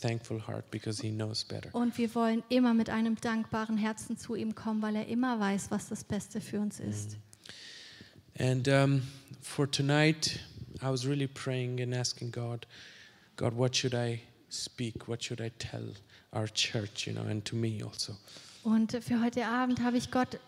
thankful heart because he knows better. Und wir wollen immer mit einem dankbaren Herzen zu ihm kommen, weil er immer weiß, was das Beste für uns ist. And um, for tonight, I was really praying and asking God, God, what should I speak? What should I tell our church, you know, and to me also? Und für heute Abend habe ich Gott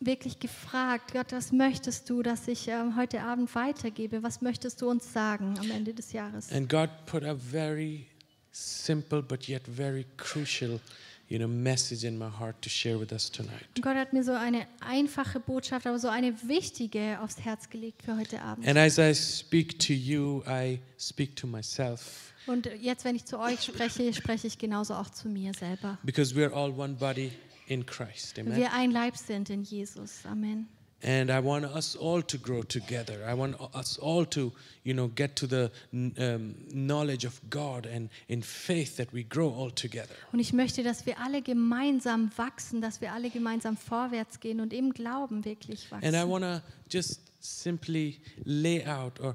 wirklich gefragt, Gott, was möchtest du, dass ich ähm, heute Abend weitergebe? Was möchtest du uns sagen am Ende des Jahres? And God put a very simple but yet very crucial, you know, message in my heart to share with us tonight. Und Gott hat mir so eine einfache Botschaft, aber so eine wichtige aufs Herz gelegt für heute Abend. And as I speak to you, I speak to myself Und jetzt, wenn ich zu euch spreche, spreche ich genauso auch zu mir selber. because we are all one body in Christ. Amen. Wir ein Leib sind in Jesus. Amen. And I want us all to grow together. I want us all to, you know, get to the um, knowledge of God and in faith that we grow all together. Und ich möchte, dass wir alle gemeinsam wachsen, dass wir alle gemeinsam vorwärts gehen und im Glauben wirklich And I wachsen. want to just simply lay out or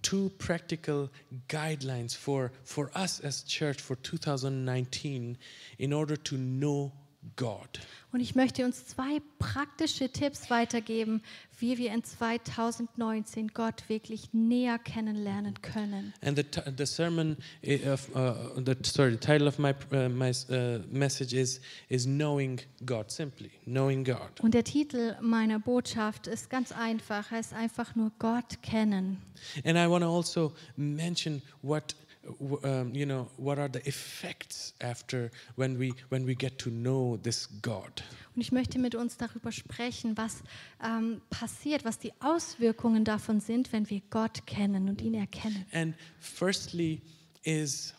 two practical guidelines for for us as church for 2019 in order to know God. Und ich möchte uns zwei praktische Tipps weitergeben, wie wir in 2019 Gott wirklich näher kennenlernen können. And the, t- the sermon i- of uh, the sorry the title of my uh, my uh, message is is knowing God simply knowing God. Und der Titel meiner Botschaft ist ganz einfach, heißt einfach nur Gott kennen. And I want to also mention what w- um, you know what are the effects after when we when we get to know this God. Und ich möchte mit uns darüber sprechen, was ähm, passiert, was die Auswirkungen davon sind, wenn wir Gott kennen und ihn erkennen. And firstly is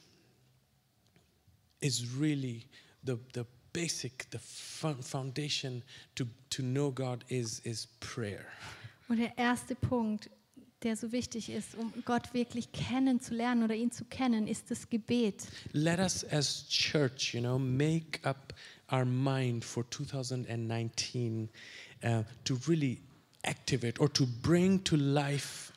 is really the the basic the fun- foundation to to know God is is prayer. Und der erste Punkt, der so wichtig ist, um Gott wirklich kennenzulernen oder ihn zu kennen, ist das Gebet. Let us as church, you know, make up our mind for 2019 uh, to really activate or to bring to life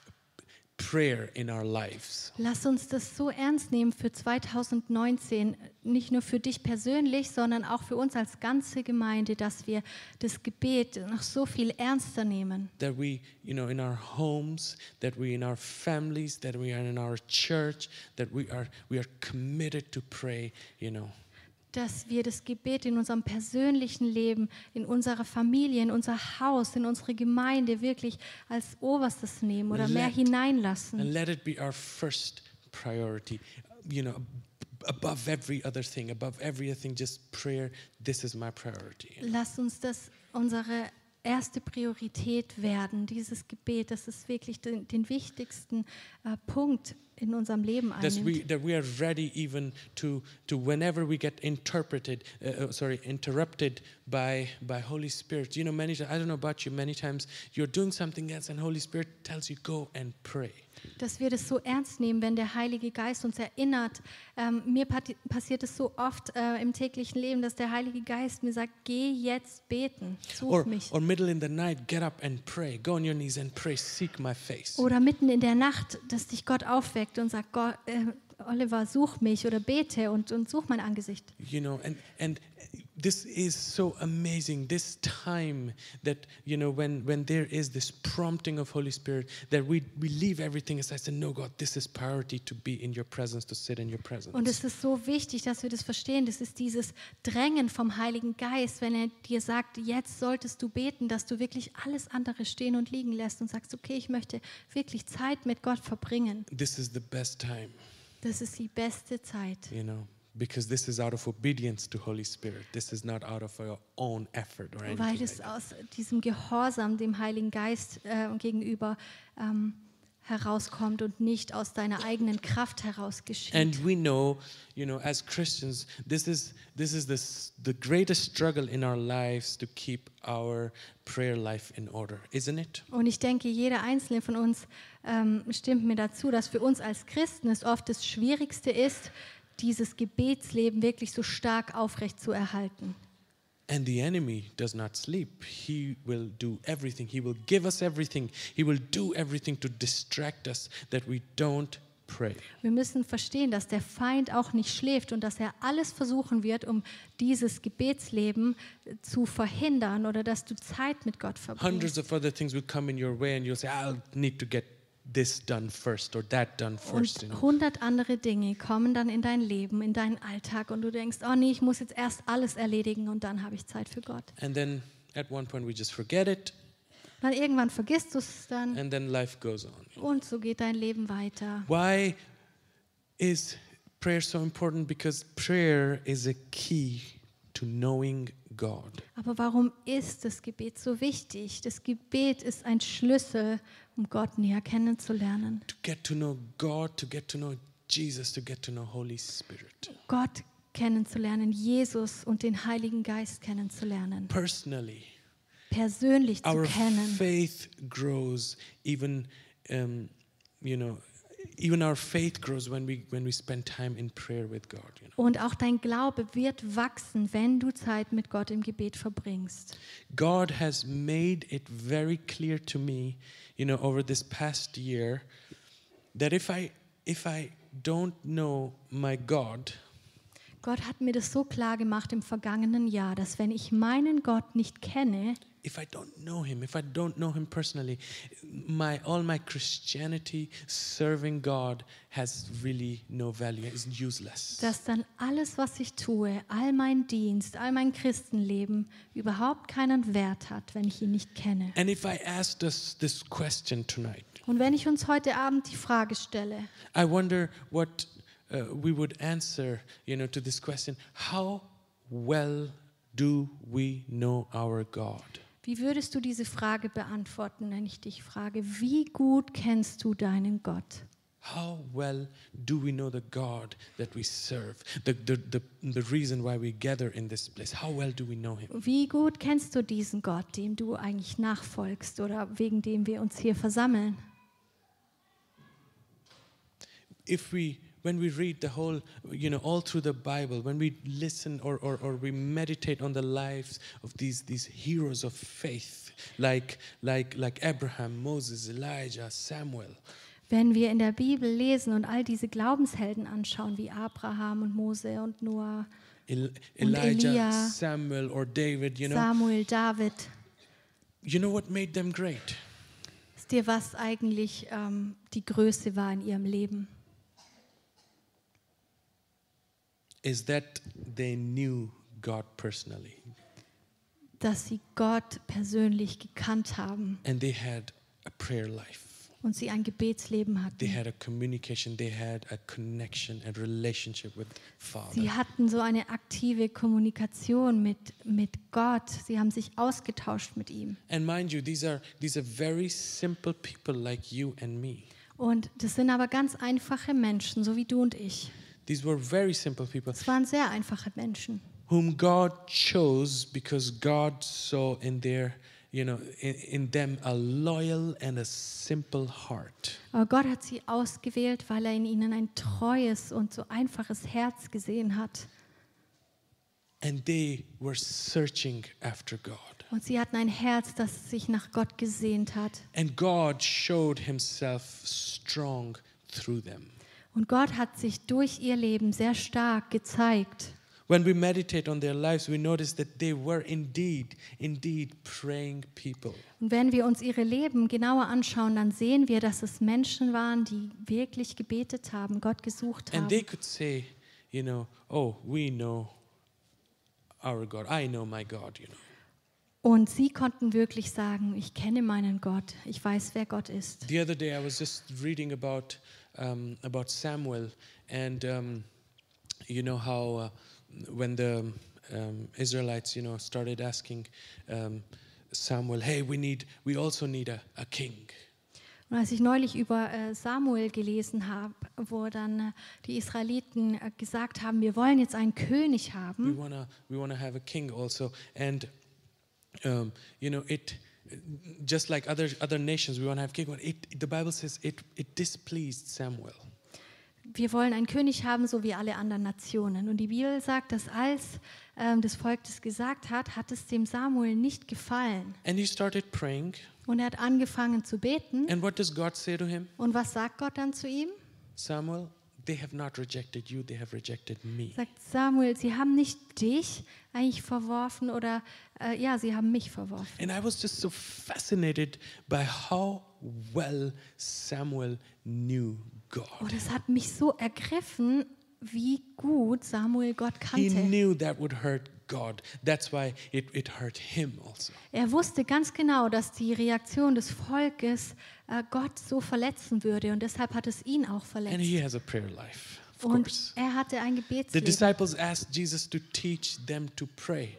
prayer in our lives. Lass uns das so ernst nehmen für 2019, nicht nur für dich persönlich, sondern auch für uns als ganze Gemeinde, dass wir das Gebet noch so viel ernster nehmen. That we, you know, in our homes, that we in our families, that we are in our church, that we are we are committed to pray, you know. dass wir das Gebet in unserem persönlichen Leben, in unserer Familie, in unser Haus, in unsere Gemeinde wirklich als Oberstes nehmen oder mehr Let- hineinlassen. And let it be our first priority. You know, ab- above every other thing, above everything, just prayer. This is my priority. Lasst uns das unsere erste Priorität werden, dieses Gebet, dass es wirklich den, den wichtigsten äh, Punkt in unserem Leben That we, einnimmt. that we are ready even to, to whenever we get interpreted, uh, uh, sorry, interrupted by, by Holy Spirit. You know, many, ti- I don't know about you, many times you're doing something else and Holy Spirit tells you, go and pray. Dass wir das so ernst nehmen, wenn der Heilige Geist uns erinnert. Ähm, mir pati- passiert es so oft äh, im täglichen Leben, dass der Heilige Geist mir sagt, geh jetzt beten, such Or, mich. or middle in the night, get up and pray. Go on your knees and pray. Seek my face. Oder mitten in der Nacht, dass dich Gott aufweckt und sagt, Gott, äh, Oliver, such mich oder bete und, und such mein Angesicht. you know and and this is so amazing this time that you know when when there is this prompting of holy spirit that we we leave everything aside and no god this is priority to be in your presence to sit in your presence Und es ist so wichtig, dass wir das verstehen. Das ist dieses Drängen vom Heiligen Geist, wenn er dir sagt, jetzt solltest du beten, dass du wirklich alles andere stehen und liegen lässt und sagst, okay, ich möchte wirklich Zeit mit Gott verbringen. this is the best time Das ist die beste Zeit. you know because this is out of obedience to holy spirit this is not out of our own effort or anything Weil like es that. aus diesem Gehorsam dem Heiligen Geist äh, gegenüber ähm, herauskommt und nicht aus deiner eigenen Kraft heraus geschieht. and we know you know as christians this is this is this, the greatest struggle in our lives to keep our prayer life in order isn't it Und ich denke, jeder einzelne von uns ähm, stimmt mir dazu, dass für uns als Christen es oft das Schwierigste ist, dieses Gebetsleben wirklich so stark aufrecht zu erhalten. And the enemy does not sleep. He will do everything. He will give us everything. He will do everything to distract us that we don't pray. Wir müssen verstehen, dass der Feind auch nicht schläft und dass er alles versuchen wird, um dieses Gebetsleben äh, zu verhindern oder dass du Zeit mit Gott verbringst. Hundreds of other things will come in your way, and you'll say, I'll need to get this done first or that done first. you know. Und hundert andere Dinge kommen dann in dein Leben, in deinen Alltag und du denkst, oh nee, ich muss jetzt erst alles erledigen und dann habe ich Zeit für Gott. And then at one point we just forget it, Dann irgendwann vergisst du es dann and then life goes on. und so geht dein Leben weiter. Why is prayer so important? Because prayer is a key to knowing God. Aber warum ist das Gebet so wichtig? Das Gebet ist ein Schlüssel, um Gott näher kennenzulernen. To get to know God, to get to know Jesus, to get to know Holy Spirit Gott kennenzulernen, Jesus und den Heiligen Geist kennenzulernen, personally. persönlich zu Our kennen. faith grows even um, you know even our faith grows when we when we spend time in prayer with God, you know. Und auch dein Glaube wird wachsen, wenn du Zeit mit Gott im Gebet verbringst. God has made it very clear to me, you know, over this past year, that if I if I don't know my God, Gott hat mir das so klar gemacht im vergangenen Jahr, dass wenn ich meinen Gott nicht kenne, if I don't know Him, if I don't know Him personally, my all my Christianity serving God has really no value. It's useless. dass dann alles, was ich tue, all mein Dienst, all mein Christenleben überhaupt keinen Wert hat, wenn ich ihn nicht kenne. and if I asked us this question tonight, Und wenn ich uns heute Abend die Frage stelle, I wonder what uh, we would answer, you know, to this question: How well do we know our God? wie würdest du diese Frage beantworten, wenn ich dich frage, wie gut kennst du deinen Gott? How well do we know the God that we serve? The, the, the, the reason why we gather in this place. How well do we know Him? Wie gut kennst du diesen Gott, dem du eigentlich nachfolgst oder wegen dem wir uns hier versammeln? If we when we read the whole, you know, all through the Bible, when we listen or, or, or we meditate on the lives of these, these heroes of faith, like, like, like Abraham, Moses, Elijah, Samuel, Wenn wir in der Bibel lesen und all diese Glaubenshelden anschauen, wie Abraham und Mose und Noah, El- Elijah, Elia. Samuel, or David, you know, Samuel, David, you know what made them great? ist dir was eigentlich ähm, die Größe war in ihrem Leben? Is that they knew God personally. Dass sie Gott persönlich gekannt haben and they had a prayer life. und sie ein Gebetsleben They hatten. had a communication. They had a connection and relationship with Father. Sie hatten so eine aktive Kommunikation mit, mit Gott. Sie haben sich ausgetauscht mit ihm. And mind you, these are these are very simple people like you and me. Und das sind aber ganz einfache Menschen, so wie du und ich. These were very simple people Es waren sehr einfache Menschen, whom God chose because God saw in their you know in, in them a loyal and a simple heart. aber Gott hat sie ausgewählt, weil er in ihnen ein treues und so einfaches Herz gesehen hat. And they were searching after God. Und sie hatten ein Herz, das sich nach Gott gesehnt hat. And God showed himself strong through them. Und Gott hat sich durch ihr Leben sehr stark gezeigt. When we meditate on their lives, we notice that they were indeed, indeed praying people. Und wenn wir uns ihre Leben genauer anschauen, dann sehen wir, dass es Menschen waren, die wirklich gebetet haben, Gott gesucht And they haben. could say, you know, oh, we know our God. I know my God, you know. Und sie konnten wirklich sagen, ich kenne meinen Gott, ich weiß, wer Gott ist. The other day, I was just reading about um, about Samuel, and um, you know how uh, when the um, Israelites, you know, started asking um, Samuel, "Hey, we need, we also need a, a king." Und als ich neulich über äh, Samuel gelesen habe, wo dann äh, die Israeliten äh, gesagt haben, wir wollen jetzt einen König we haben, want to we want to have a king also and um, you know it just like other other nations we want to have king but it the bible says it it displeased samuel wir wollen einen König haben, so wie alle anderen Nationen. Und die Bibel sagt, dass als ähm, das Volk das gesagt hat, hat es dem Samuel nicht gefallen. and he started praying Und er hat angefangen zu beten. and what does god say to him Und was sagt Gott dann zu ihm? Samuel, they have not rejected you, they have rejected me. Sagt Samuel, sie haben nicht dich eigentlich verworfen oder äh, ja, sie haben mich verworfen. And I was just so fascinated by how well Samuel knew God. Und es Oh, hat mich so ergriffen, wie gut Samuel Gott He kannte. knew that would hurt God. That's why it, it hurt him also. Er wusste ganz genau, dass die Reaktion des Volkes äh, Gott so verletzen würde und deshalb hat es ihn auch And verletzt. he has a prayer life, of Und course. er hatte ein The Gebetsleben. disciples asked Jesus to teach them to pray.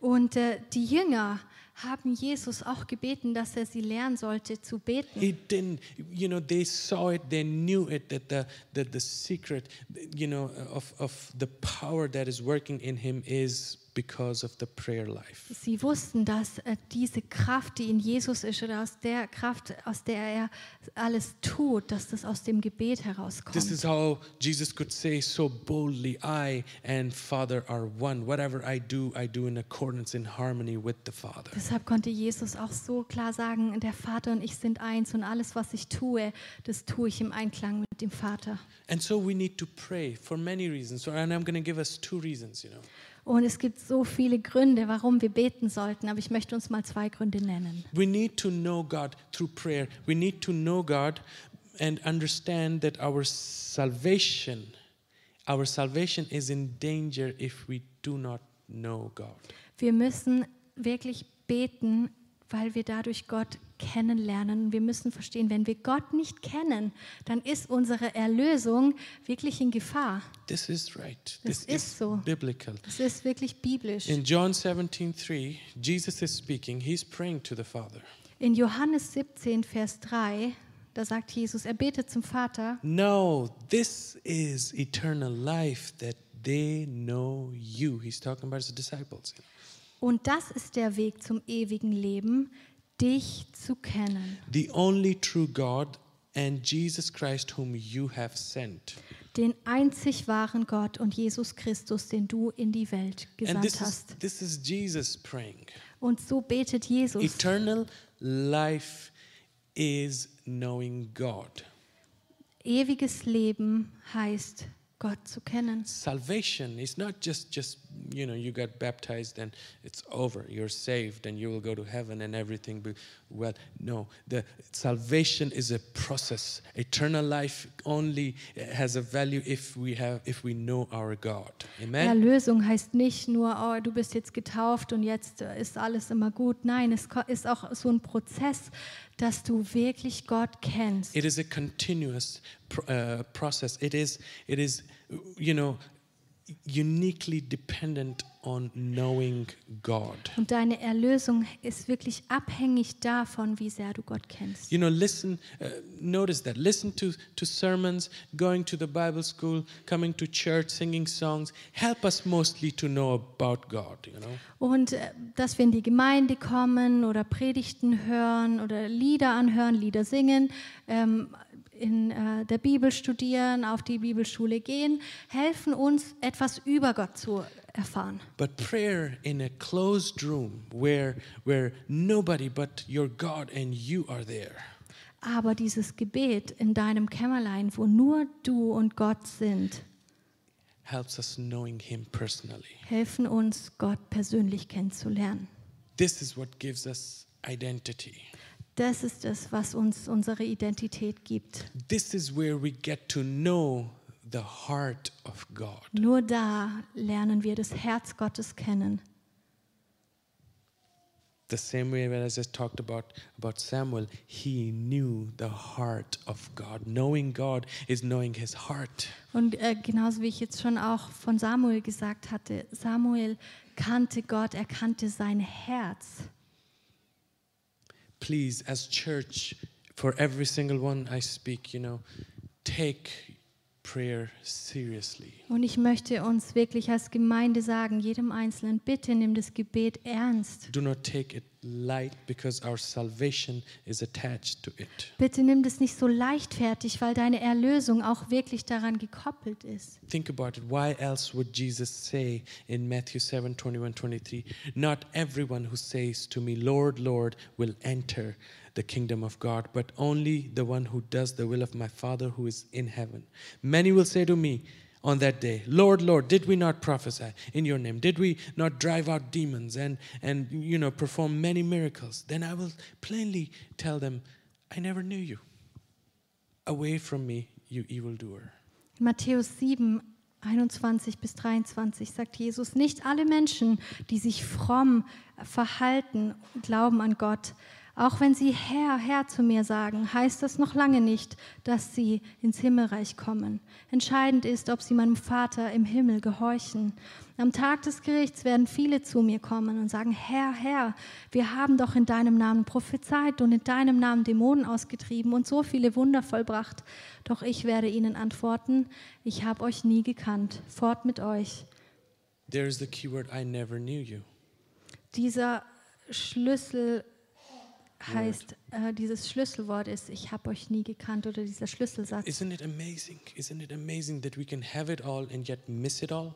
Und äh, die Jünger haben Jesus auch gebeten, dass er sie lernen sollte zu beten. He didn't, you know, they saw it, they knew it, that the, that the secret, you know, of, of the power that is working in him is because of the prayer life. Sie wussten, dass äh, diese Kraft, die in Jesus ist oder aus der Kraft, aus der er alles tut, dass das aus dem Gebet This herauskommt. is how Jesus could say so boldly, I and Father are one. Whatever I do, I do in accordance, in harmony with the Father. Deshalb konnte Jesus auch so klar sagen, der Vater und ich sind eins und alles, was ich tue, das tue ich im Einklang mit dem Vater. And so we need to pray for many reasons. So, and I'm going to give us two reasons, you know. Und es gibt so viele Gründe, warum wir beten sollten, aber ich möchte uns mal zwei Gründe nennen. We need to know God through prayer. We need to know God and understand that our salvation, our salvation is in danger if we do not know God. Wir müssen wirklich beten, weil wir dadurch Gott kennenlernen. Wir müssen verstehen, wenn wir Gott nicht kennen, dann ist unsere Erlösung wirklich in Gefahr. This is right. Das This ist so. biblical. Das ist wirklich biblisch. In John 17:3, Jesus is speaking. He's praying to the Father. In Johannes 17, Vers 3, da sagt Jesus, er betet zum Vater, No, this is eternal life that they know you. He's talking about his disciples. und das ist der Weg zum ewigen Leben, dich zu kennen, The only true God and Jesus Christ whom you have sent. den einzig wahren Gott und Jesus Christus, den du in die Welt And gesandt this is, hast. this is Jesus praying. Und so betet Jesus. Eternal life is knowing God. Ewiges Leben heißt, Gott zu kennen. Salvation is not just just you know you got baptized and it's over. You're saved and you will go to heaven and everything. Be, well, no. The salvation is a process. Eternal life only has a value if we have if we know our God. Amen. Erlösung heißt nicht nur, oh, du bist jetzt getauft und jetzt äh, ist alles immer gut. Nein, es ko- ist auch so ein Prozess, dass du wirklich Gott kennst. It is a continuous pr- uh, process. It is, it is, you know, uniquely dependent on knowing God. Und deine Erlösung ist wirklich abhängig davon, wie sehr du Gott kennst. You know, listen, uh, notice that. Listen to, to sermons, going to the Bible school, coming to church, singing songs. Help us mostly to know about God, you know. Und äh, dass wir in die Gemeinde kommen oder Predigten hören oder Lieder anhören, Lieder singen, ähm, in äh, der Bibel studieren, auf die Bibelschule gehen, helfen uns, etwas über Gott zu erfahren. But prayer in a closed room where, where nobody but your God and you are there. Aber dieses Gebet in deinem Kämmerlein, wo nur du und Gott sind, Helps us knowing Him personally. helfen uns, Gott persönlich kennenzulernen. This is what gives us identity. Das ist es, was uns unsere Identität gibt. This is where we get to know the heart of God. Nur da lernen wir das Herz Gottes kennen. The same way when I just talked about, about Samuel, he knew the heart of God. Knowing God is knowing his heart. Und äh, genauso wie ich jetzt schon auch von Samuel gesagt hatte, Samuel kannte Gott, er kannte sein Herz. Please, as church, for every single one I speak, you know, take prayer seriously. Und ich möchte uns wirklich als Gemeinde sagen, jedem Einzelnen, bitte nimm das Gebet ernst. Do not take it light because our salvation is attached to it. Bitte nimm das nicht so leichtfertig, weil deine Erlösung auch wirklich daran gekoppelt ist. Think about it. Why else would Jesus say in Matthew 7 21 23, Not everyone who says to me, Lord, Lord, will enter the kingdom of God, but only the one who does the will of my Father who is in heaven. Many will say to me, on that day, Lord, Lord, did we not prophesy in your name? Did we not drive out demons and, and you know, perform many miracles? Then I will plainly tell them, I never knew you. Away from me, you evildoer. In Matthäus 7, 21 bis 23 sagt Jesus, nicht alle Menschen, die sich fromm verhalten, glauben an Gott. Auch wenn sie Herr, Herr zu mir sagen, heißt das noch lange nicht, dass sie ins Himmelreich kommen. Entscheidend ist, ob sie meinem Vater im Himmel gehorchen. Am Tag des Gerichts werden viele zu mir kommen und sagen, Herr, Herr, wir haben doch in deinem Namen prophezeit und in deinem Namen Dämonen ausgetrieben und so viele Wunder vollbracht. Doch ich werde ihnen antworten, ich habe euch nie gekannt. Fort mit euch. There is the key word, I never knew you. Dieser Schlüssel heißt, äh, dieses Schlüsselwort ist, ich habe euch nie gekannt oder dieser Schlüsselsatz. Isn't it amazing? Isn't it amazing that we can have it all and yet miss it all?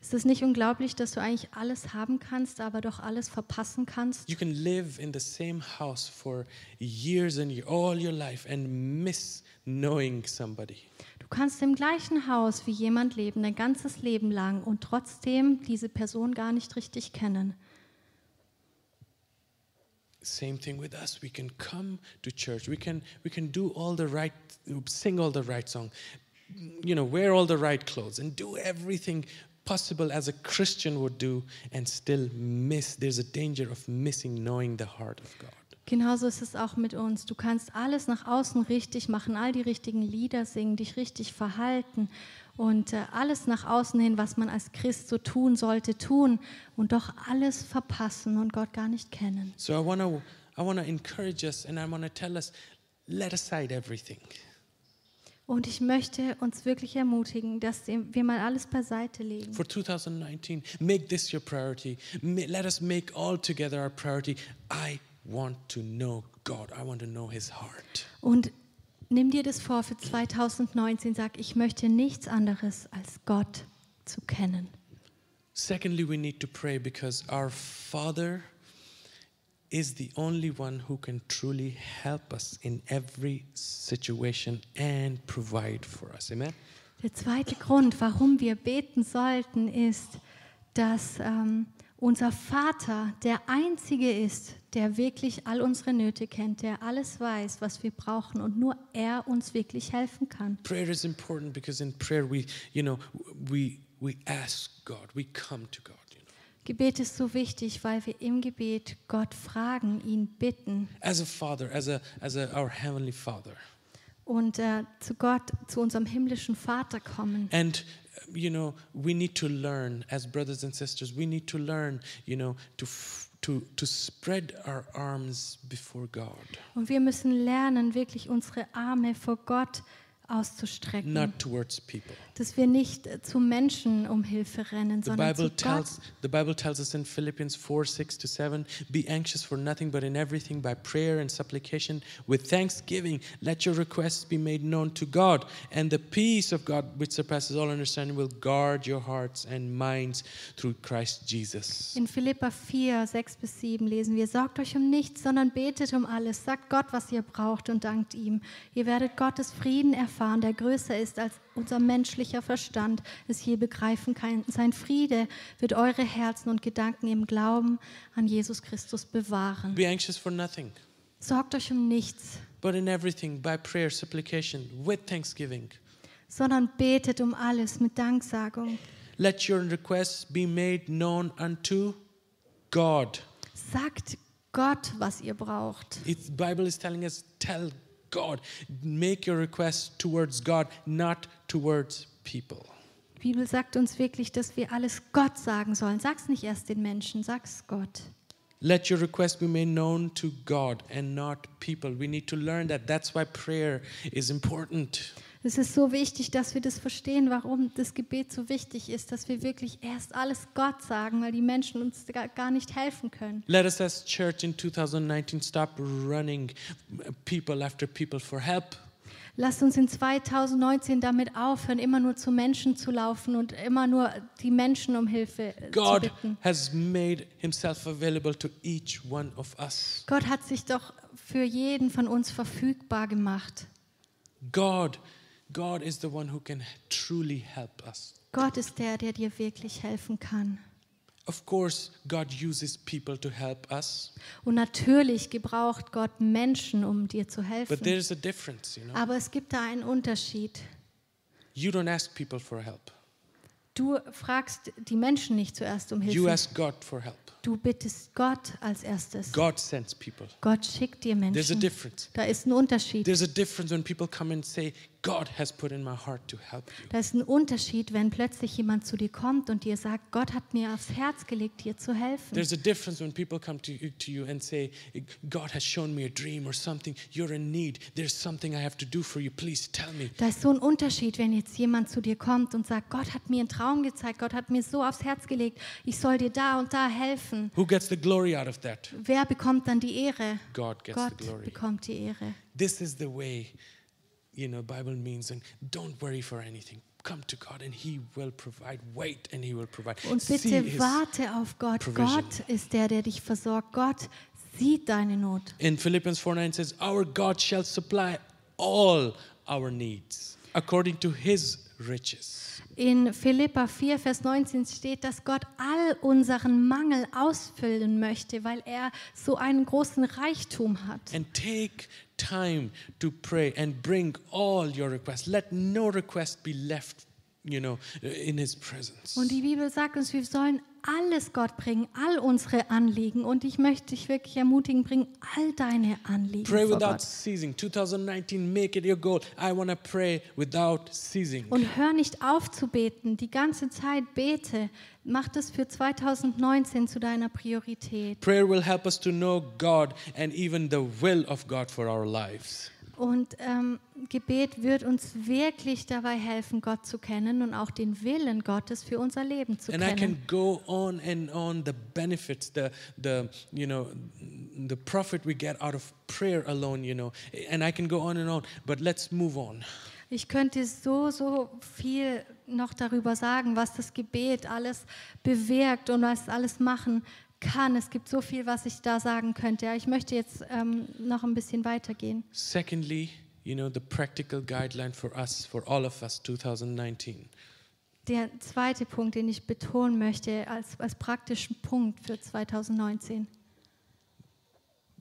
Ist es nicht unglaublich, dass du eigentlich alles haben kannst, aber doch alles verpassen kannst? You can live in the same house for years and year, all your life and miss knowing somebody. Du kannst im gleichen Haus wie jemand leben, dein ganzes Leben lang und trotzdem diese Person gar nicht richtig kennen. Same thing with us. We can come to church. We can we can do all the right sing all the right song. You know, wear all the right clothes and do everything possible as a Christian would do and still miss there's a danger of missing knowing the heart of God. Genauso ist es auch mit uns. Du kannst alles nach außen richtig machen, all die richtigen Lieder singen, dich richtig verhalten und äh, alles nach außen hin, was man als Christ so tun sollte, tun und doch alles verpassen und Gott gar nicht kennen. So I want to I want to encourage us and I want to tell us let aside everything. Und ich möchte uns wirklich ermutigen, dass wir mal alles beiseite legen. For 2019, make this your priority. Ma- Let us make all together our priority. I want to know God. I want to know his heart. Und nimm dir das vor für 2019, sag, ich möchte nichts anderes als Gott zu kennen. Secondly, we need to pray because our Father is the only one who can truly help us in every situation and provide for us. Amen. Der zweite Grund, warum wir beten sollten, ist, dass ähm, unser Vater der Einzige ist, der wirklich all unsere Nöte kennt, der alles weiß, was wir brauchen und nur er uns wirklich helfen kann. Prayer is important because in prayer we, you know, we we ask God. We come to God, you know. Gebet ist so wichtig, weil wir im Gebet Gott fragen, ihn bitten as a father as a as a, our heavenly father und äh, zu Gott, zu unserem himmlischen Vater kommen. and uh, you know we need to learn as brothers and sisters we need to learn you know to f- to to spread our arms before god Und wir müssen lernen, wirklich unsere Arme vor Gott auszustrecken, not towards people dass wir nicht äh, zu Menschen um Hilfe rennen, the sondern bible zu Gott. tells the bible tells us in philippians 4 6 to 7 be anxious for nothing but in everything by prayer and supplication with thanksgiving let your requests be made known to god and the peace of god which surpasses all understanding will guard your hearts and minds through christ jesus In Philippa 4, 6 bis 7 lesen wir, sorgt euch um nichts, sondern betet um alles. Sagt Gott, was ihr braucht und dankt ihm. Ihr werdet Gottes Frieden erfahren, der größer ist, als unser menschlicher Verstand es je begreifen kann. Sein Friede wird eure Herzen und Gedanken im Glauben an Jesus Christus bewahren. Be anxious for nothing, Sorgt euch um nichts, but in everything, by prayer, supplication, with thanksgiving. sondern betet um alles mit Danksagung. Let your requests be made known unto God. Sagt Gott, was ihr braucht. It's Bible is telling us, tell God, make your requests towards God, not towards people. Die Bibel sagt uns wirklich, dass wir alles Gott sagen sollen. Sag's nicht erst den Menschen, sag's Gott. Let your requests be made known to God and not people. We need to learn that. That's why prayer is important. Es ist so wichtig, dass wir das verstehen, warum das Gebet so wichtig ist, dass wir wirklich erst alles Gott sagen, weil die Menschen uns gar- gar nicht helfen können. Let us, as church in 2019, stop running people after people for help. Lasst uns in 2019 damit aufhören, immer nur zu Menschen zu laufen und immer nur die Menschen um Hilfe äh, zu God bitten. has made himself available to each one of us. Gott hat sich doch für jeden von uns verfügbar gemacht. God, God is the one who can truly help us. Gott ist der, der dir wirklich helfen kann. Of course, God uses people to help us, Und natürlich gebraucht Gott Menschen, um dir zu but helfen. there's a difference, you know. Aber es gibt da einen Unterschied. You don't ask people for help. Du fragst die Menschen nicht zuerst um You Hilfe. ask God for help. Du bittest Gott als erstes. God sends people. Gott schickt dir There's a Menschen. difference. Da ist ein Unterschied. There's a difference when people come and say, God has put in my heart to help you. Da ist ein Unterschied, wenn plötzlich jemand zu dir kommt und dir sagt, Gott hat mir aufs Herz gelegt, dir zu helfen. There's a difference when people come to you, to you and say, God has shown me a dream or something. You're in need. There's something I have to do for you. Please tell me. Da ist so ein Unterschied, wenn jetzt jemand zu dir kommt und sagt, Gott hat mir einen Traum gezeigt, Gott hat mir so aufs Herz gelegt, ich soll dir da und da helfen. Who gets the glory out of that? Wer bekommt dann die Ehre? God gets Gott the glory. bekommt die Ehre. This is the way, you know, Bible means. And don't worry for anything. Come to God and He will provide. Wait and He will provide. Und See bitte His- warte auf Gott. provision. Gott ist der, der dich versorgt. Gott sieht deine Not. In Philippians 4 9 says, Our God shall supply all our needs according to His riches. In Philippa 4, Vers 19 steht, dass Gott all unseren Mangel ausfüllen möchte, weil er so einen großen Reichtum hat. And take time to pray and bring all your requests. Let no request be left, you know, in His presence. Und die Bibel sagt uns, wir sollen alles Gott bringen, all unsere Anliegen. Und ich möchte dich wirklich ermutigen, bring all deine Anliegen Pray vor without Gott. ceasing. 2019, make it your goal. I want to pray without ceasing. Und hör nicht auf zu beten, die ganze Zeit bete. Mach das für 2019 zu deiner Priorität. Prayer will help us to know God and even the will of God for our lives. Und ähm, Gebet wird uns wirklich dabei helfen, Gott zu kennen und auch den Willen Gottes für unser Leben zu and I kennen. can go on and on the benefits, the the you know, the profit we get out of prayer alone, you know, and I can go on and on. But let's move on. Ich könnte so, so viel noch darüber sagen, was das Gebet alles bewirkt und was alles machen kann. Es gibt so viel, was ich da sagen könnte. Ja, ich möchte jetzt ähm, noch ein bisschen weitergehen. Secondly, you know, the practical guideline for us, for all of us, 2019. Der zweite Punkt, den ich betonen möchte, als, als praktischen Punkt für 2019.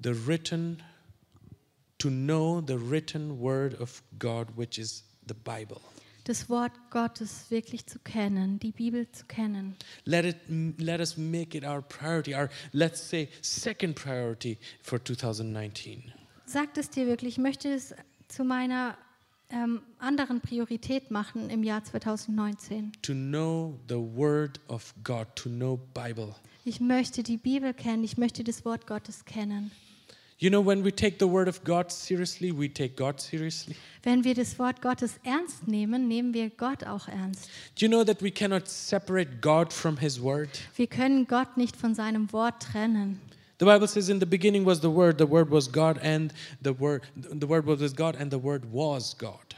The written, to know the written word of God, which is the Bible. Das Wort Gottes wirklich zu kennen, die Bibel zu kennen. Let it let us make it our priority, our let's say second priority for 2019. Sagt es dir wirklich, ich möchte es zu meiner ähm, anderen Priorität machen im Jahr 2019. to know the word of god to know bible Ich möchte die Bibel kennen, ich möchte das Wort Gottes kennen. you know when we take the word of god seriously we take god seriously Wenn wir das Wort Gottes ernst nehmen, nehmen wir Gott auch ernst. do you know that we cannot separate god from his word Wir können Gott nicht von seinem Wort trennen. the bible says in the beginning was the word the word was god and the word the word was with god and the word was god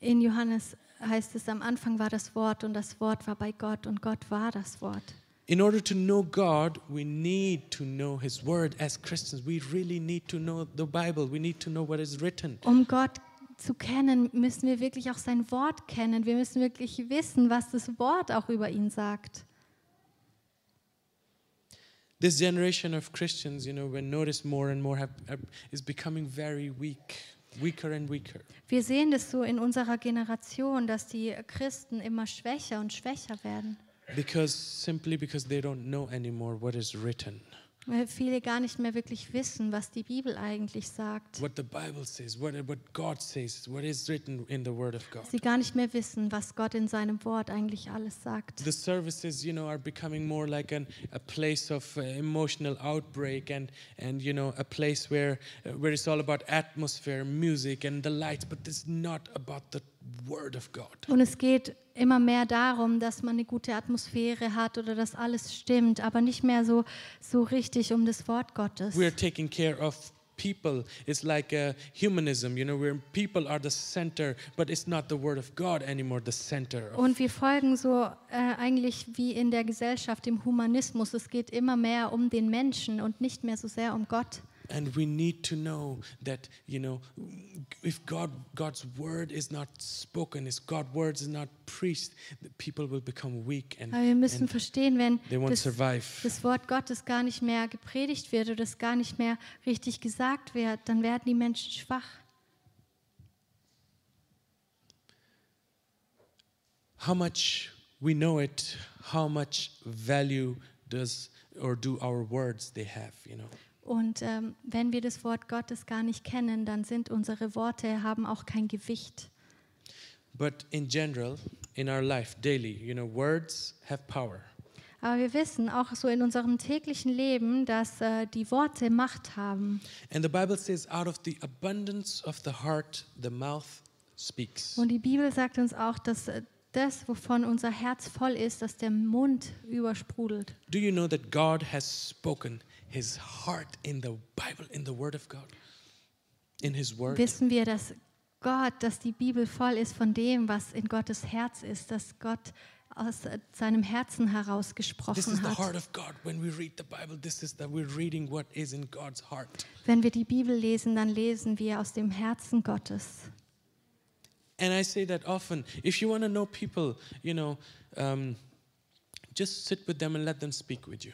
In Johannes heißt es, am Anfang war das Wort und das Wort war bei Gott und Gott war das Wort. in order to know god we need to know his word as christians we really need to know the bible we need to know what is written Um Gott zu kennen, müssen wir wirklich auch sein Wort kennen. Wir müssen wirklich wissen, was das Wort auch über ihn sagt. this generation of Christians, you know, we notice more and more have, have, is becoming very weak, weaker and weaker. Wir sehen das so in unserer Generation, dass die Christen immer schwächer und schwächer werden. Because simply because they don't know anymore what is written, Weil viele gar nicht mehr wirklich wissen, was die Bibel eigentlich sagt. what the Bible says, what, what God says, what is written in the Word of God. Sie gar nicht mehr wissen, was Gott in seinem Wort eigentlich alles sagt. The services, you know, are becoming more like an, a place of uh, emotional outbreak and, and you know, a place where, uh, where it's all about atmosphere, music, and the lights, but it's not about the Word of God. Und es geht immer mehr darum, dass man eine gute Atmosphäre hat oder dass alles stimmt, aber nicht mehr so, so richtig um das Wort Gottes. We're taking care of people. It's like uh, humanism, you know, where people are the center, but it's not the Word of God anymore, the center. Of, Und wir folgen so äh, eigentlich wie in der Gesellschaft, im Humanismus. Es geht immer mehr um den Menschen und nicht mehr so sehr um Gott. and we need to know that, you know, if God, God's Word is not spoken, if God's Word is not preached, the people will become weak and Aber wir müssen verstehen, wenn they won't das, survive. das Wort Gottes gar nicht mehr gepredigt wird oder es gar nicht mehr richtig gesagt wird, dann werden die Menschen schwach. how much we know it, how much value does or do our words they have, you know. Und ähm, wenn wir das Wort Gottes gar nicht kennen, dann sind unsere Worte, haben auch kein Gewicht. But in general, in our life daily, you know, words have power. Aber wir wissen auch so in unserem täglichen Leben, dass äh, die Worte Macht haben. And the Bible says out of the abundance of the heart the mouth speaks. Und die Bibel sagt uns auch, dass äh, das, wovon unser Herz voll ist, dass der Mund übersprudelt. Do you know that God has spoken his heart in the Bible in the word of God? In his word? Wissen wir, dass Gott, dass die Bibel voll ist von dem, was in Gottes Herz ist, dass Gott aus äh, seinem Herzen heraus This is gesprochen the hat. heart of God. When we read the Bible, this is that we're reading what is in God's heart. Wenn wir die Bibel lesen, dann lesen wir aus dem Herzen Gottes. And I say that often. If you want to know people, you know, um, just sit with them and let them speak with you.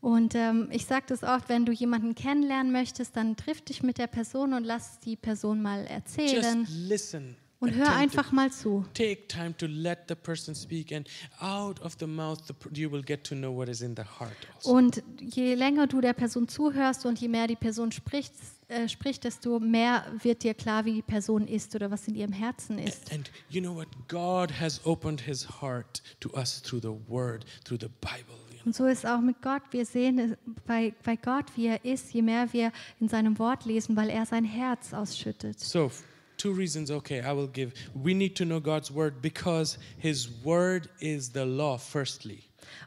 Und ähm, ich sage das oft, wenn du jemanden kennenlernen möchtest, dann triff dich mit der Person und lass die Person mal erzählen Just listen. und hör attentive. einfach mal zu. Take time to let the person speak, and out of the mouth, the, per- you will get to know what is in the heart. Also. Und je länger du der Person zuhörst und je mehr die Person spricht, äh, spricht, desto mehr wird dir klar, wie die Person ist oder was in ihrem Herzen ist. And you know what? God has opened His heart to us through the Word, through the Bible. You know? Und so ist auch mit Gott. Wir sehen es bei, bei Gott, wie er ist, je mehr wir in seinem Wort lesen, weil er sein Herz ausschüttet. So, f- two reasons. Okay, I will give. We need to know God's Word because His Word is the law. Firstly.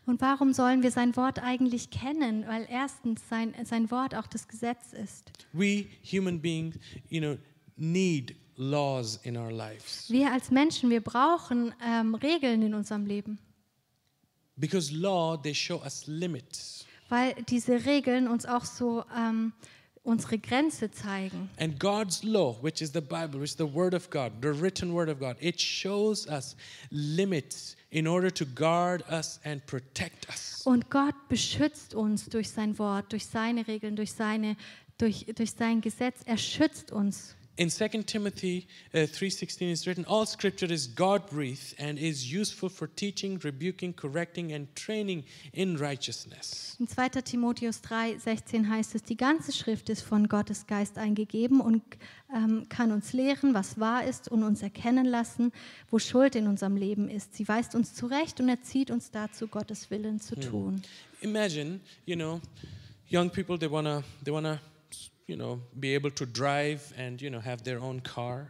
Und warum sollen wir sein Wort eigentlich kennen? Weil erstens sein, sein Wort auch das Gesetz ist. We human beings, you know, need laws in our lives Wir als Menschen, wir brauchen ähm, Regeln in unserem Leben, because law they show us limits. weil diese Regeln uns auch so ähm, unsere Grenze zeigen. And God's law, which is the Bible, which is the Word of God, the written Word of God, it shows us limits in order to guard us and protect us. Und Gott beschützt uns durch sein Wort, durch seine Regeln, durch, seine, durch, durch sein Gesetz. Er schützt uns. In 2 Timothy uh, 3:16 is written, "All Scripture is God-breathed and is useful for teaching, rebuking, correcting, and training in righteousness." In 2. Timotheus 3, 16 heißt es, die ganze Schrift ist von Gottes Geist eingegeben und ähm, kann uns lehren, was wahr ist und uns erkennen lassen, wo Schuld in unserem Leben ist. Sie weist uns zurecht und erzieht uns dazu, Gottes Willen zu tun. imagine you know young people they want to they want to you know be able to drive and you know have their own car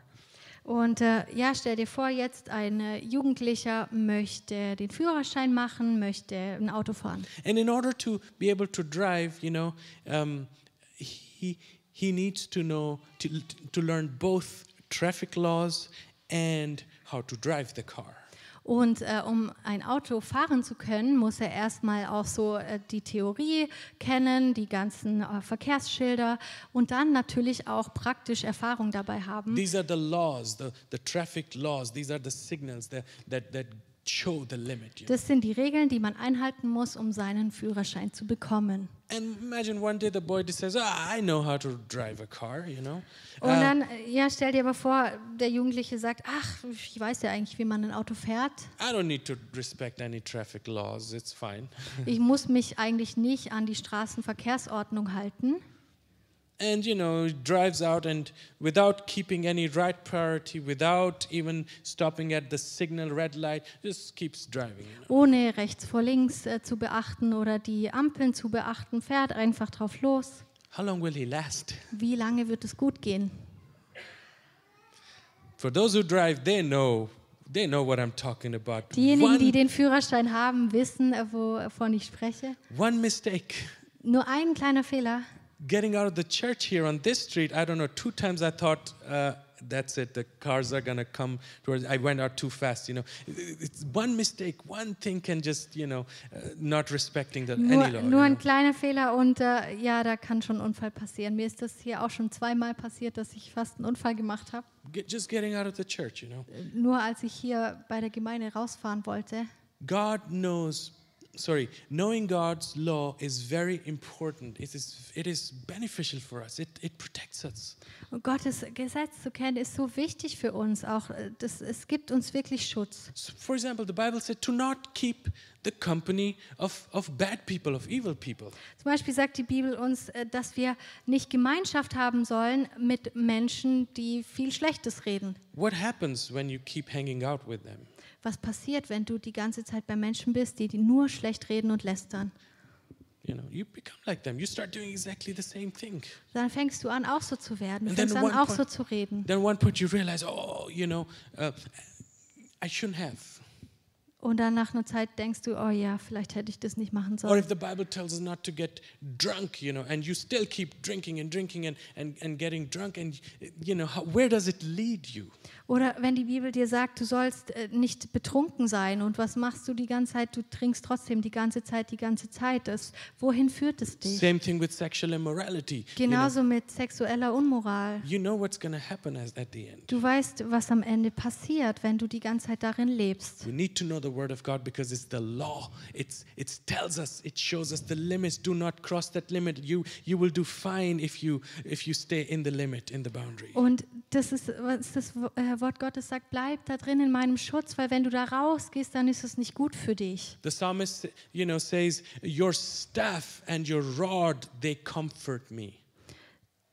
Und äh, ja, stell dir vor, jetzt ein äh, Jugendlicher möchte den Führerschein machen, möchte ein Auto fahren. and in order to be able to drive you know um, he he needs to know to, to learn both traffic laws and how to drive the car Und äh, um ein Auto fahren zu können, muss er erstmal auch so äh, die Theorie kennen, die ganzen äh, Verkehrsschilder und dann natürlich auch praktisch Erfahrung dabei haben. these are the laws the, the traffic laws these are the signals that that, that show the limit you know. Das sind die Regeln, die man einhalten muss, um seinen Führerschein zu bekommen. and imagine one day the boy just says ah, i know how to drive a car you know Und Uh, dann, äh, ja, stell dir aber vor, der Jugendliche sagt, ach, ich weiß ja eigentlich, wie man ein Auto fährt. I don't need to respect any traffic laws. It's fine. Ich muss mich eigentlich nicht an die Straßenverkehrsordnung halten. And you know, it drives out and without keeping any right priority, without even stopping at the signal red light, just keeps driving. you know. ohne rechts vor links äh, zu beachten oder die Ampeln zu beachten, fährt einfach drauf los. How long will he last? Wie lange wird es gut gehen? For those who drive, they know they know what I'm talking about. Diejenigen, die One, den Führerschein haben, wissen, äh, wovon ich spreche. one mistake. Nur ein kleiner Fehler. Getting out of the church here on this street, I don't know, two times I thought, uh, that's it, the cars are gonna come towards. I went out too fast, you know. It's one mistake, one thing can just, you know, uh, not respecting the Nur, any law. you nur ein know. kleiner Fehler und äh, ja, da kann schon ein Unfall passieren. Mir ist das hier auch schon zweimal passiert, dass ich fast einen Unfall gemacht habe. Get- just getting out of the church, you know. Nur als ich hier bei der Gemeinde rausfahren wollte. God knows, sorry, knowing God's law is very important. It is, it is beneficial for us, it, it protects us. Und Gottes Gesetz zu kennen ist so wichtig für uns. Auch äh, das, es gibt uns wirklich Schutz. So, for example, the Bible said to not keep the company of, of bad people, of evil people. Zum Beispiel sagt die Bibel uns, äh, dass wir nicht Gemeinschaft haben sollen mit Menschen, die viel Schlechtes reden. What happens when you keep hanging out with them? Was passiert, wenn du die ganze Zeit bei Menschen bist, die, die nur schlecht reden und lästern? You know, you become like them. You start doing exactly the same thing. Dann fängst du an, auch so zu werden. Du And then fängst an, one auch point- so zu reden. Then one point you realize, oh, you know, uh, I shouldn't have. Und dann nach einer Zeit denkst du, oh ja, vielleicht hätte ich das nicht machen Or sollen. if the Bible tells us not to get drunk, you know, and you still keep drinking and drinking and, and, and getting drunk, and, you know, how, where does it lead you? Oder wenn die Bibel dir sagt, du sollst äh, nicht betrunken sein und was machst du die ganze Zeit? Du trinkst trotzdem die ganze Zeit, die ganze Zeit. Das, wohin führt es dich? Same thing with sexual immorality. You know, Genauso mit sexueller Unmoral. you know what's going to happen as, at the end. Du weißt, was am Ende passiert, wenn du die ganze Zeit darin lebst. We need to know the word of God because it's the law. It's it tells us, it shows us the limits. Do not cross that limit. You you will do fine if you if you stay in the limit, in the boundary. Und das ist, was das Wo- äh, Wort Gottes sagt, bleib da drin in meinem Schutz, weil wenn du da rausgehst, dann ist es nicht gut für dich. The psalmist, you know, says, "Your staff and your rod, they comfort me."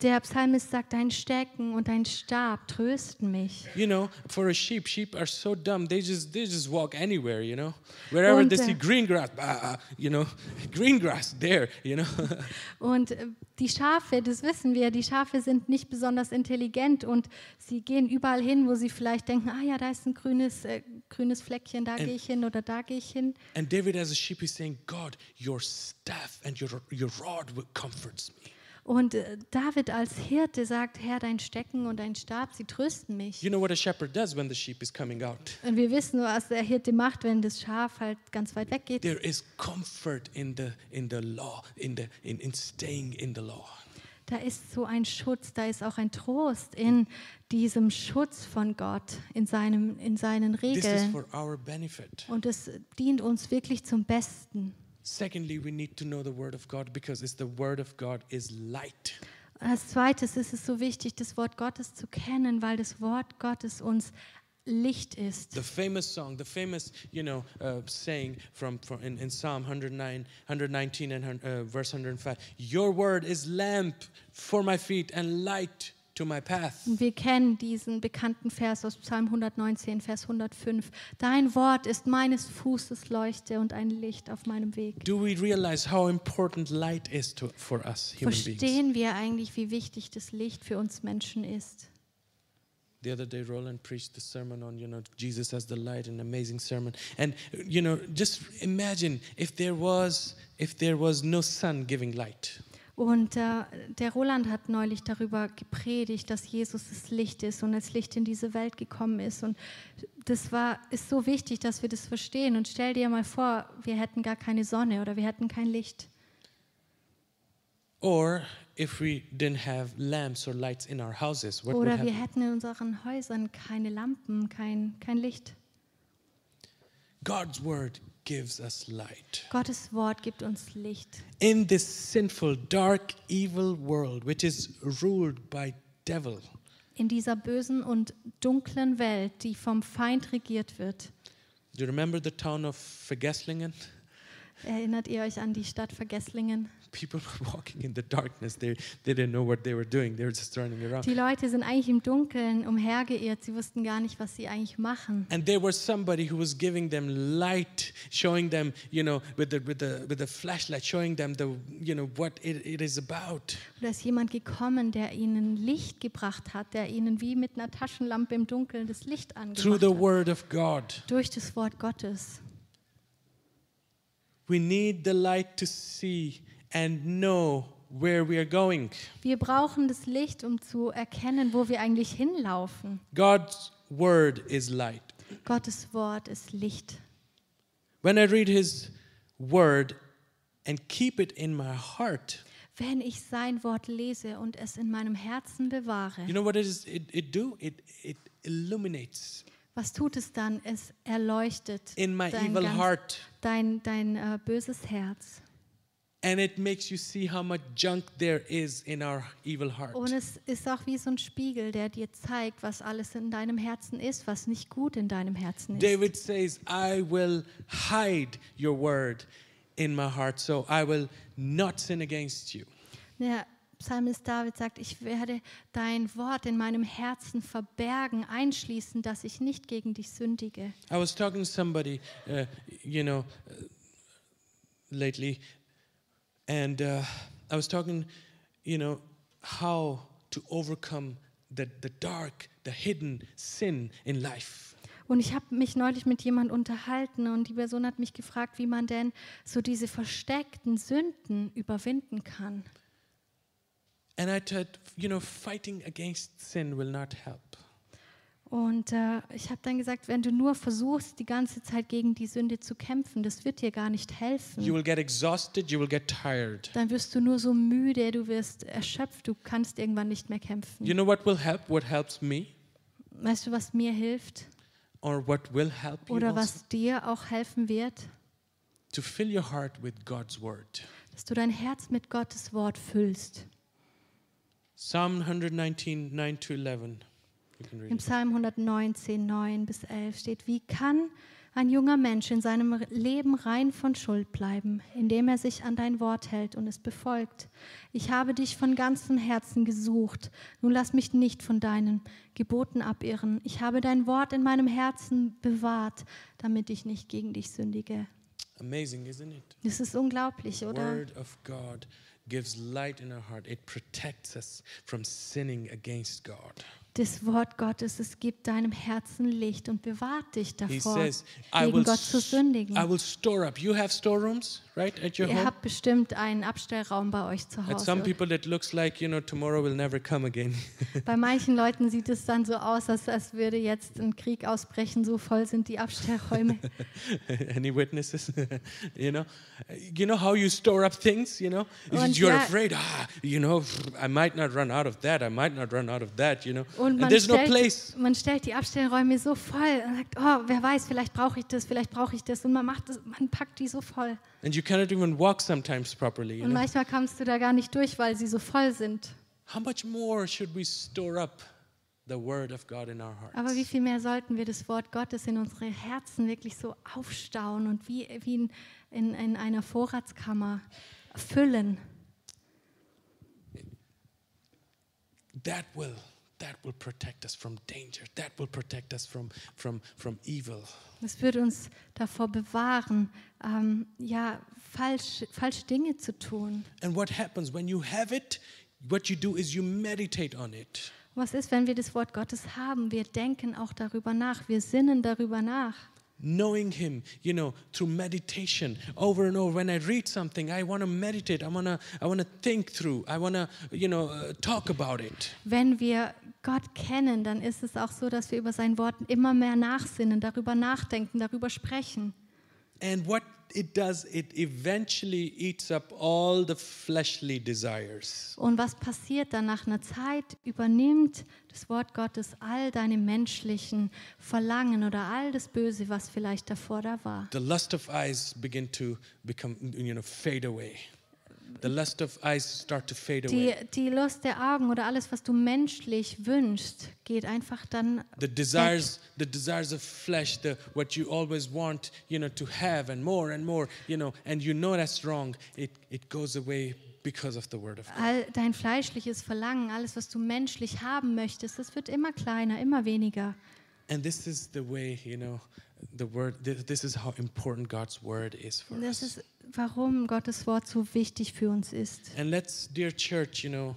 Der Psalmist sagt, dein Stecken und dein Stab trösten mich. You know, for a sheep, sheep are so dumb. They just they just walk anywhere, you know. Wherever Und, they äh, see green grass, bah, you know, green grass there, you know. Und äh, die Schafe, das wissen wir, die Schafe sind nicht besonders intelligent und sie gehen überall hin, wo sie vielleicht denken, ah ja, da ist ein grünes, äh, grünes Fleckchen, Ähm. da gehe ich hin oder da gehe ich hin. and David as a sheep is saying, "God, your staff and your your rod will comforts me." Und äh, David als Hirte sagt, Herr, dein Stecken und dein Stab, sie trösten mich. You know what a shepherd does when the sheep is coming out? Und wir wissen, was der Hirte macht, wenn das Schaf halt ganz weit weg geht. There is comfort in the in the law, in the in, in staying in the law. Da ist so ein Schutz, da ist auch ein Trost in diesem Schutz von Gott, in, seinem, in seinen This is Regeln. for our benefit. Und es dient uns wirklich zum Besten. Secondly, we need to know the word of God because it's the word of God is light. Und als zweites ist es so wichtig, das Wort Gottes zu kennen, weil das Wort Gottes uns Licht ist. The famous song, the famous, you know, uh, saying from, from in, in Psalm 109, 119 and hun- uh, verse 105, your word is lamp for my feet and light to my path. Und wir kennen diesen bekannten Vers aus Psalm 119, Vers 105. Dein Wort ist meines Fußes Leuchte und ein Licht auf meinem Weg. Do we realize how important light is to, for us human beings? Verstehen wir eigentlich, wie wichtig das Licht für uns Menschen ist? The other day, Roland preached the sermon on, you know, Jesus as the light, an amazing sermon. And, you know, just imagine if there was, if there was no sun giving light. Und äh, der Roland hat neulich darüber gepredigt, dass Jesus das Licht ist und als Licht in diese Welt gekommen ist. Und das war, ist so wichtig, dass wir das verstehen. Und stell dir mal vor, wir hätten gar keine Sonne oder wir hätten kein Licht. Or if we didn't have lamps or lights in our houses, what would Oder wir happen? hätten in unseren Häusern keine Lampen, kein, kein Licht. God's word gives us light. Gottes Wort gibt uns Licht. In this sinful, dark, evil world, which is ruled by devil, In dieser bösen und dunklen Welt, die vom Feind regiert wird. do you remember the town of Vergesslingen? Erinnert ihr euch an die Stadt Vergesslingen? People were walking in the darkness. They, they didn't know what they were doing. They were just running around. Die Leute sind eigentlich im Dunkeln umhergeirrt. Sie wussten gar nicht, was sie eigentlich machen. And there was somebody who was giving them light, showing them, you know, with the with the with the flashlight, showing them the you know what it, it is about. Und da ist jemand gekommen, der ihnen Licht gebracht hat, der ihnen wie mit einer Taschenlampe im Dunkeln das Licht Through the angebracht hat. word of God. Durch das Wort Gottes. We need the light to see and know where we are going. Wir brauchen das Licht, um zu erkennen, wo wir eigentlich hinlaufen. God's word is light. Gottes Wort ist Licht. When I read his word and keep it in my heart, Wenn ich sein Wort lese und es in meinem Herzen bewahre, you know what it is it, it do? It it illuminates was tut es dann? Es erleuchtet in my dein, evil ganz- heart. dein, dein äh, böses Herz. And it makes you see how much junk there is in our evil heart. Und es ist auch wie so ein Spiegel, der dir zeigt, was alles in deinem Herzen ist, was nicht gut in deinem Herzen ist. David says, I will hide your word in my heart, so I will not sin against you. Der Psalmist David sagt, ich werde dein Wort in meinem Herzen verbergen, einschließen, dass ich nicht gegen dich sündige. I was talking to somebody, uh, you know, uh, lately, and uh, I was talking, you know, how to overcome the, the dark, the hidden sin in life. Und ich habe mich neulich mit jemand unterhalten und die Person hat mich gefragt, wie man denn so diese versteckten Sünden überwinden kann. And I thought, you know, fighting against sin will not help. Und äh, ich habe dann gesagt, wenn du nur versuchst, die ganze Zeit gegen die Sünde zu kämpfen, das wird dir gar nicht You helfen. will get exhausted, you will get tired. Dann wirst du nur so müde, du wirst erschöpft, du kannst irgendwann nicht mehr kämpfen. You know what will help? What helps me? Weißt du, was mir hilft? Or what will help you? Oder also? was dir auch helfen wird, To fill your heart with God's word. dass du dein Herz mit Gottes Wort füllst. Psalm 119, 9 to 11. You can read Im it. Psalm 119, 9 bis 11 steht, wie kann ein junger Mensch in seinem Leben rein von Schuld bleiben, indem er sich an dein Wort hält und es befolgt? Ich habe dich von ganzem Herzen gesucht, nun lass mich nicht von deinen Geboten abirren. Ich habe dein Wort in meinem Herzen bewahrt, damit ich nicht gegen dich sündige. Amazing, isn't it? Das ist unglaublich, The oder? word of God gives light in our heart. It protects us from sinning against God. Das Wort Gottes, es gibt deinem Herzen Licht und bewahrt dich He davor, says, I gegen will, Gott zu s- sündigen. I will store up. You have storerooms, right, at your Ihr home? habt bestimmt einen Abstellraum bei euch zu At some Hause. people, it looks like, you know, tomorrow will never come again. Bei manchen Leuten sieht es dann so aus, als, als würde jetzt ein Krieg ausbrechen, so voll sind die Abstellräume. Any witnesses? you know, you know how you store up things. You know, Und you're ja- afraid. Ah, you know, I might not run out of that. I might not run out of that. You know, Und man and there's no stellt, place. man stellt die Abstellräume so voll und sagt, oh, wer weiß, vielleicht brauche ich das, vielleicht brauche ich das. Und man macht das, man packt die so voll. And you cannot even walk sometimes properly. You Und know? manchmal kommst du da gar nicht durch, weil sie so voll sind. How much more should we store up the word of God in our hearts? Aber wie viel mehr sollten wir das Wort Gottes in unsere Herzen wirklich so aufstauen und wie, wie in, in, in einer Vorratskammer füllen? that will that will protect us from danger. That will protect us from from from evil. Das würde uns davor bewahren, ähm, ja, falsch, falsche Dinge zu tun. And what happens when you have it? What you do is you meditate on it. Und was ist, wenn wir das Wort Gottes haben? Wir denken auch darüber nach, wir sinnen darüber nach. knowing him you know through meditation over and over when i read something i want to meditate i want to i want to think through i want to you know uh, talk about it Wenn wir Gott kennen, dann ist es auch so, dass wir über sein Wort immer mehr nachsinnen, darüber nachdenken, darüber sprechen. and what it does it eventually eats up all the fleshly desires Und was passiert dann nach einer Zeit? Übernimmt das Wort Gottes all deine menschlichen Verlangen oder all das Böse, was vielleicht davor da war. the lust of eyes begin to become you know fade away The lust of eyes start to fade Die, away. die Lust der Augen oder alles, was du menschlich wünschst, geht einfach dann The desires, the desires of flesh, the what you always want, you know, to have and more and more, you know, and you know that's wrong. It it goes away because of the word of God. all dein fleischliches Verlangen, alles, was du menschlich haben möchtest, das wird immer kleiner, immer weniger. And this is the way, you know, the word. This, this is how important God's word is for Und das us. ist, warum Gottes Wort so wichtig für uns ist. And let's, dear church, you know,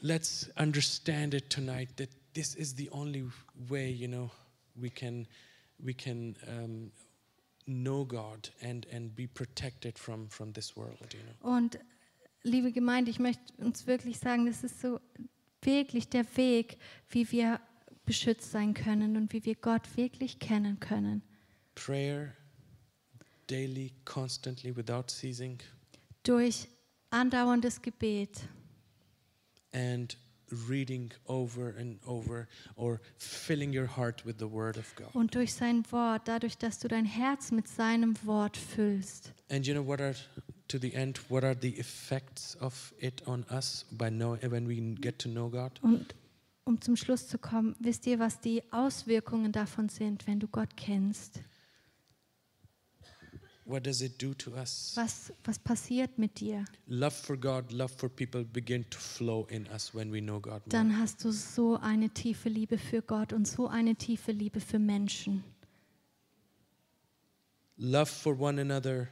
let's understand it tonight that this is the only way, you know, we can we can um, know God and and be protected from from this world, you know. Und liebe Gemeinde, ich möchte uns wirklich sagen, das ist so wirklich der Weg, wie wir beschützt sein können und wie wir Gott wirklich kennen können. Prayer daily, constantly, without ceasing, Durch andauerndes Gebet, and reading over and over or filling your heart with the word of God. Und durch sein Wort, dadurch, dass du dein Herz mit seinem Wort füllst. And you know what are to the end? What are the effects of it on us by know when we get to know God? Und um zum Schluss zu kommen, wisst ihr, was die Auswirkungen davon sind, wenn du Gott kennst? What does it do to us? Was, was passiert mit dir? Love for God, love for people begin to flow in us when we know God. More. Dann hast du so eine tiefe Liebe für Gott und so eine tiefe Liebe für Menschen. Love for one another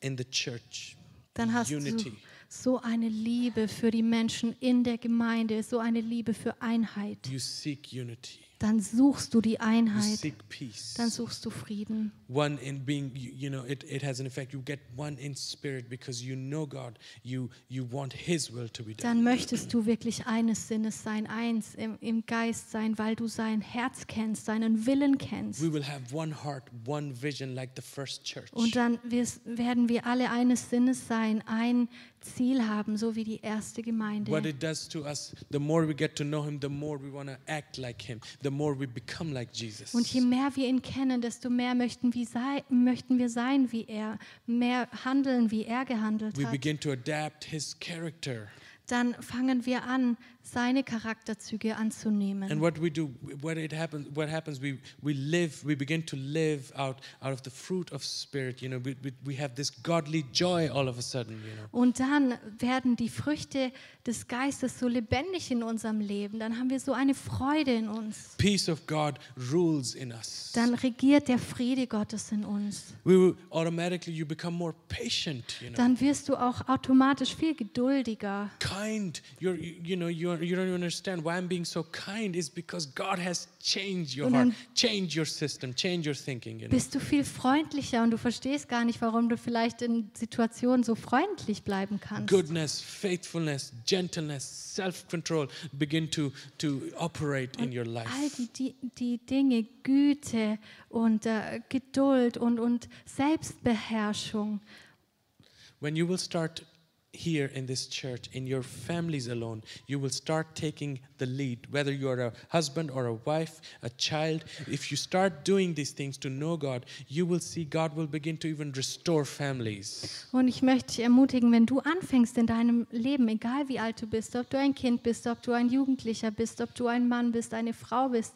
in the church. Dann hast du Unity. so eine Liebe für die Menschen in der Gemeinde, so eine Liebe für Einheit. You seek unity. Dann suchst du die You Einheit, seek peace. dann suchst du Frieden. one in being you, you know it, it has an effect you get one in spirit because you know god you you want his will to be done dann möchtest du wirklich eines Sinnes sein, eins im, im Geist sein, weil du sein Herz kennst, seinen Willen kennst. we will have one heart one vision like the first church Und dann wirst, werden wir alle eines Sinnes sein, ein Ziel haben, so wie die erste what Gemeinde. it does to us the more we get to know him the more we want to act like him the more we become like jesus Und je mehr wir ihn kennen, desto mehr möchten wir, sei, möchten wir sein wie er, mehr handeln, wie er gehandelt we hat. begin to adapt his character Dann fangen wir an, seine Charakterzüge and anzunehmen. what we do what it happens what happens we we live we begin to live out out of the fruit of spirit you know we, we, we have this godly joy all of a sudden you know Und dann werden die Früchte des Geistes so lebendig in unserem Leben. Dann haben wir so eine Freude in uns. peace of god rules in us Dann regiert der Friede Gottes in uns. we will automatically you become more patient you know Dann wirst du auch automatisch viel geduldiger. kind you're you, you know you're you don't even understand why i'm being so kind is because god has changed your Und heart dann- change your system change your thinking you know Bist du viel freundlicher und du verstehst gar nicht, warum du vielleicht in Situationen so freundlich bleiben kannst. goodness faithfulness gentleness self-control begin to to operate in your All life die, die, die Dinge, Güte und äh, Geduld und, und Selbstbeherrschung, when you will start here in this church in your families alone you will start taking the lead whether you are a husband or a wife a child if you start doing these things to know god you will see god will begin to even restore families Und ich möchte dich ermutigen, wenn du anfängst in deinem Leben, egal wie alt du bist, ob du ein Kind bist, ob du ein Jugendlicher bist, ob du ein Mann bist, eine Frau bist,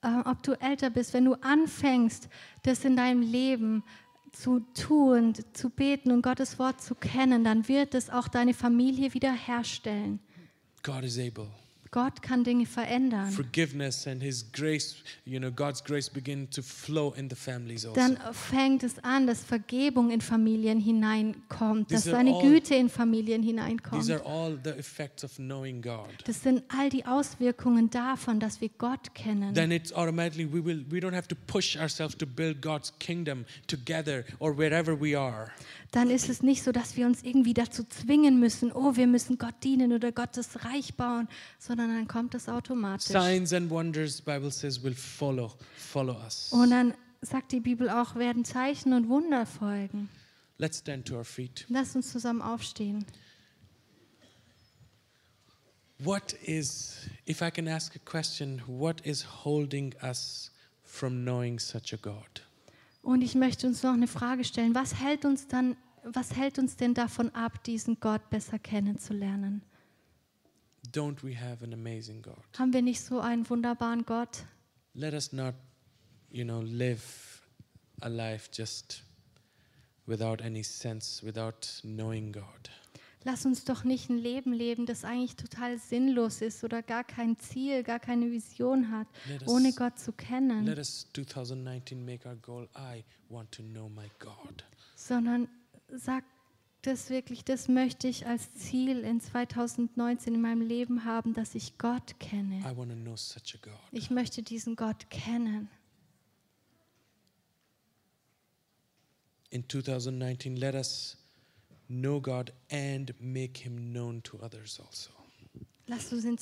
äh, ob du älter bist, wenn du anfängst, das in deinem Leben zu tun, zu beten und Gottes Wort zu kennen, dann wird es auch deine Familie wiederherstellen. god is able Gott kann Dinge verändern. forgiveness and his grace you know god's grace begin to flow in the families also Dann fängt es an, dass Vergebung in Familien hineinkommt, dass These are seine all- Güte in Familien these hineinkommt. are all the effects of knowing god Das sind all die Auswirkungen davon, dass wir Gott kennen. then it's automatically we will we don't have to push ourselves to build god's kingdom together or wherever we are Dann ist es nicht so, dass wir uns irgendwie dazu zwingen müssen, oh, wir müssen Gott dienen oder Gottes Reich bauen, sondern dann kommt es automatisch. signs and wonders bible says will follow follow us Und dann sagt die Bibel auch, werden Zeichen und Wunder folgen. let's stand to our feet Lass uns zusammen aufstehen. what is if i can ask a question what is holding us from knowing such a god Und ich möchte uns noch eine Frage stellen. Was hält uns dann was hält uns denn davon ab, diesen Gott besser kennenzulernen? Don't we have an amazing God? Haben wir nicht so einen wunderbaren Gott? Let us not, you know, live a life just without any sense, without knowing God. Lass uns doch nicht ein Leben leben, das eigentlich total sinnlos ist oder gar kein Ziel, gar keine Vision hat, Let us- ohne Gott zu kennen. Let us 2019 make our goal I want to know my God. sondern sag das wirklich, das möchte ich als Ziel in 2019 in meinem Leben haben, dass ich Gott kenne. I want to know such a God. Ich möchte diesen Gott kennen. In 2019, let us know God and make him known to others also. Lass uns in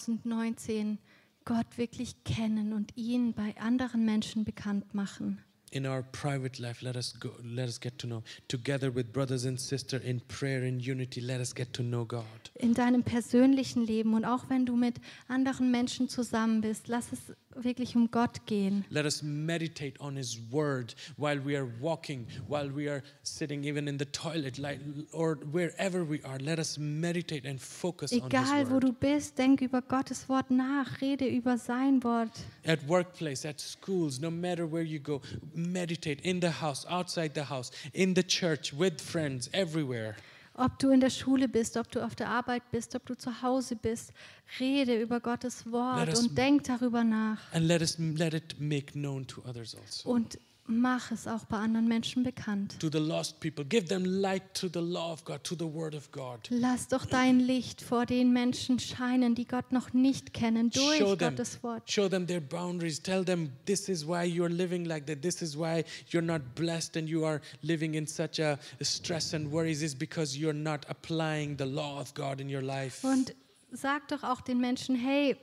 2019 Gott wirklich kennen und ihn bei anderen Menschen bekannt machen. In our private life, let us go, let us get to know together with brothers and sisters in prayer and unity, let us get to know God. In deinem persönlichen Leben und auch wenn du mit anderen Menschen zusammen bist, lass es wirklich um Gott gehen. Let us meditate on His Word while we are walking, while we are sitting, even in the toilet, like, or wherever we are. Let us meditate and focus on His Egal wo Word. du bist, denk über Gottes Wort nach, rede über sein Wort. At workplace, at schools, no matter where you go, meditate in the house, outside the house, in the church, with friends, everywhere. Ob du in der Schule bist, ob du auf der Arbeit bist, ob du zu Hause bist, rede über Gottes Let Wort us- und denk darüber nach And let us let it make known to others also. und mach es auch bei anderen Menschen bekannt. To the lost people, give them light to the law of God, to the word of God. Lass doch dein Licht vor den Menschen scheinen, die Gott noch nicht kennen, durch show them, Gottes Wort. show them their boundaries. Tell them this is why you're living like that. This is why you're not blessed and you are living in such a stress and worries is because you're not applying the law of God in your life. Und sag doch auch den Menschen, hey,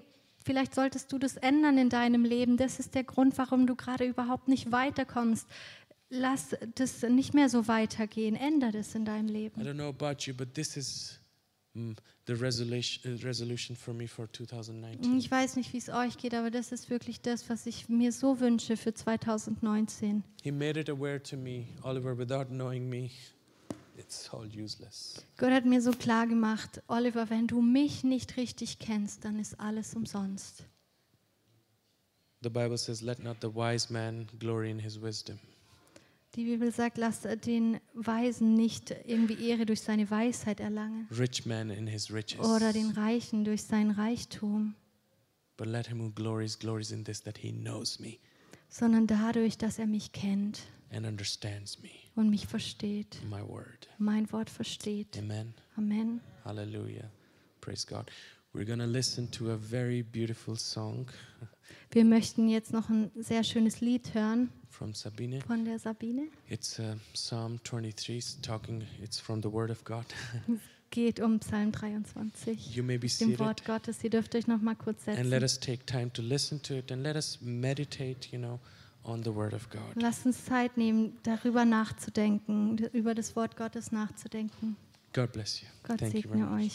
vielleicht solltest du das ändern in deinem Leben. Das ist der Grund, warum du gerade überhaupt nicht weiterkommst. Lass das nicht mehr so weitergehen. Ändere das in deinem Leben. I don't know about you, but this is mm, the resolution uh, resolution for me for 2019. Ich weiß nicht, wie es euch geht, aber das ist wirklich das, was ich mir so wünsche für 2019. He made it aware to me, Oliver, without knowing me, it's all useless. Gott hat mir so klar gemacht, Oliver, wenn du mich nicht richtig kennst, dann ist alles umsonst. The Bible says, "Let not the wise man glory in his wisdom." Die Bibel sagt, lass den Weisen nicht irgendwie Ehre durch seine Weisheit erlangen rich man in his riches. oder den Reichen durch seinen Reichtum, But let him who glories, glories in this that he knows me sondern dadurch, dass er mich kennt and understands me, und mich versteht, my word. mein Wort versteht. Amen. Amen. Hallelujah. Praise God. We're going to listen to a very beautiful song Wir möchten jetzt noch ein sehr schönes Lied hören from Sabine. von der Sabine. It's uh, Psalm 23, it's talking, it's from the Word of God. geht um Psalm 23, you may be dem seated. Wort Gottes. Ihr dürft euch noch mal kurz And let setzen. us take time to listen to it and let us meditate, you know, on the Word of God. Lasst uns Zeit nehmen, darüber nachzudenken, d- über das Wort Gottes nachzudenken. God bless you. Gott Thank you very segne much. euch.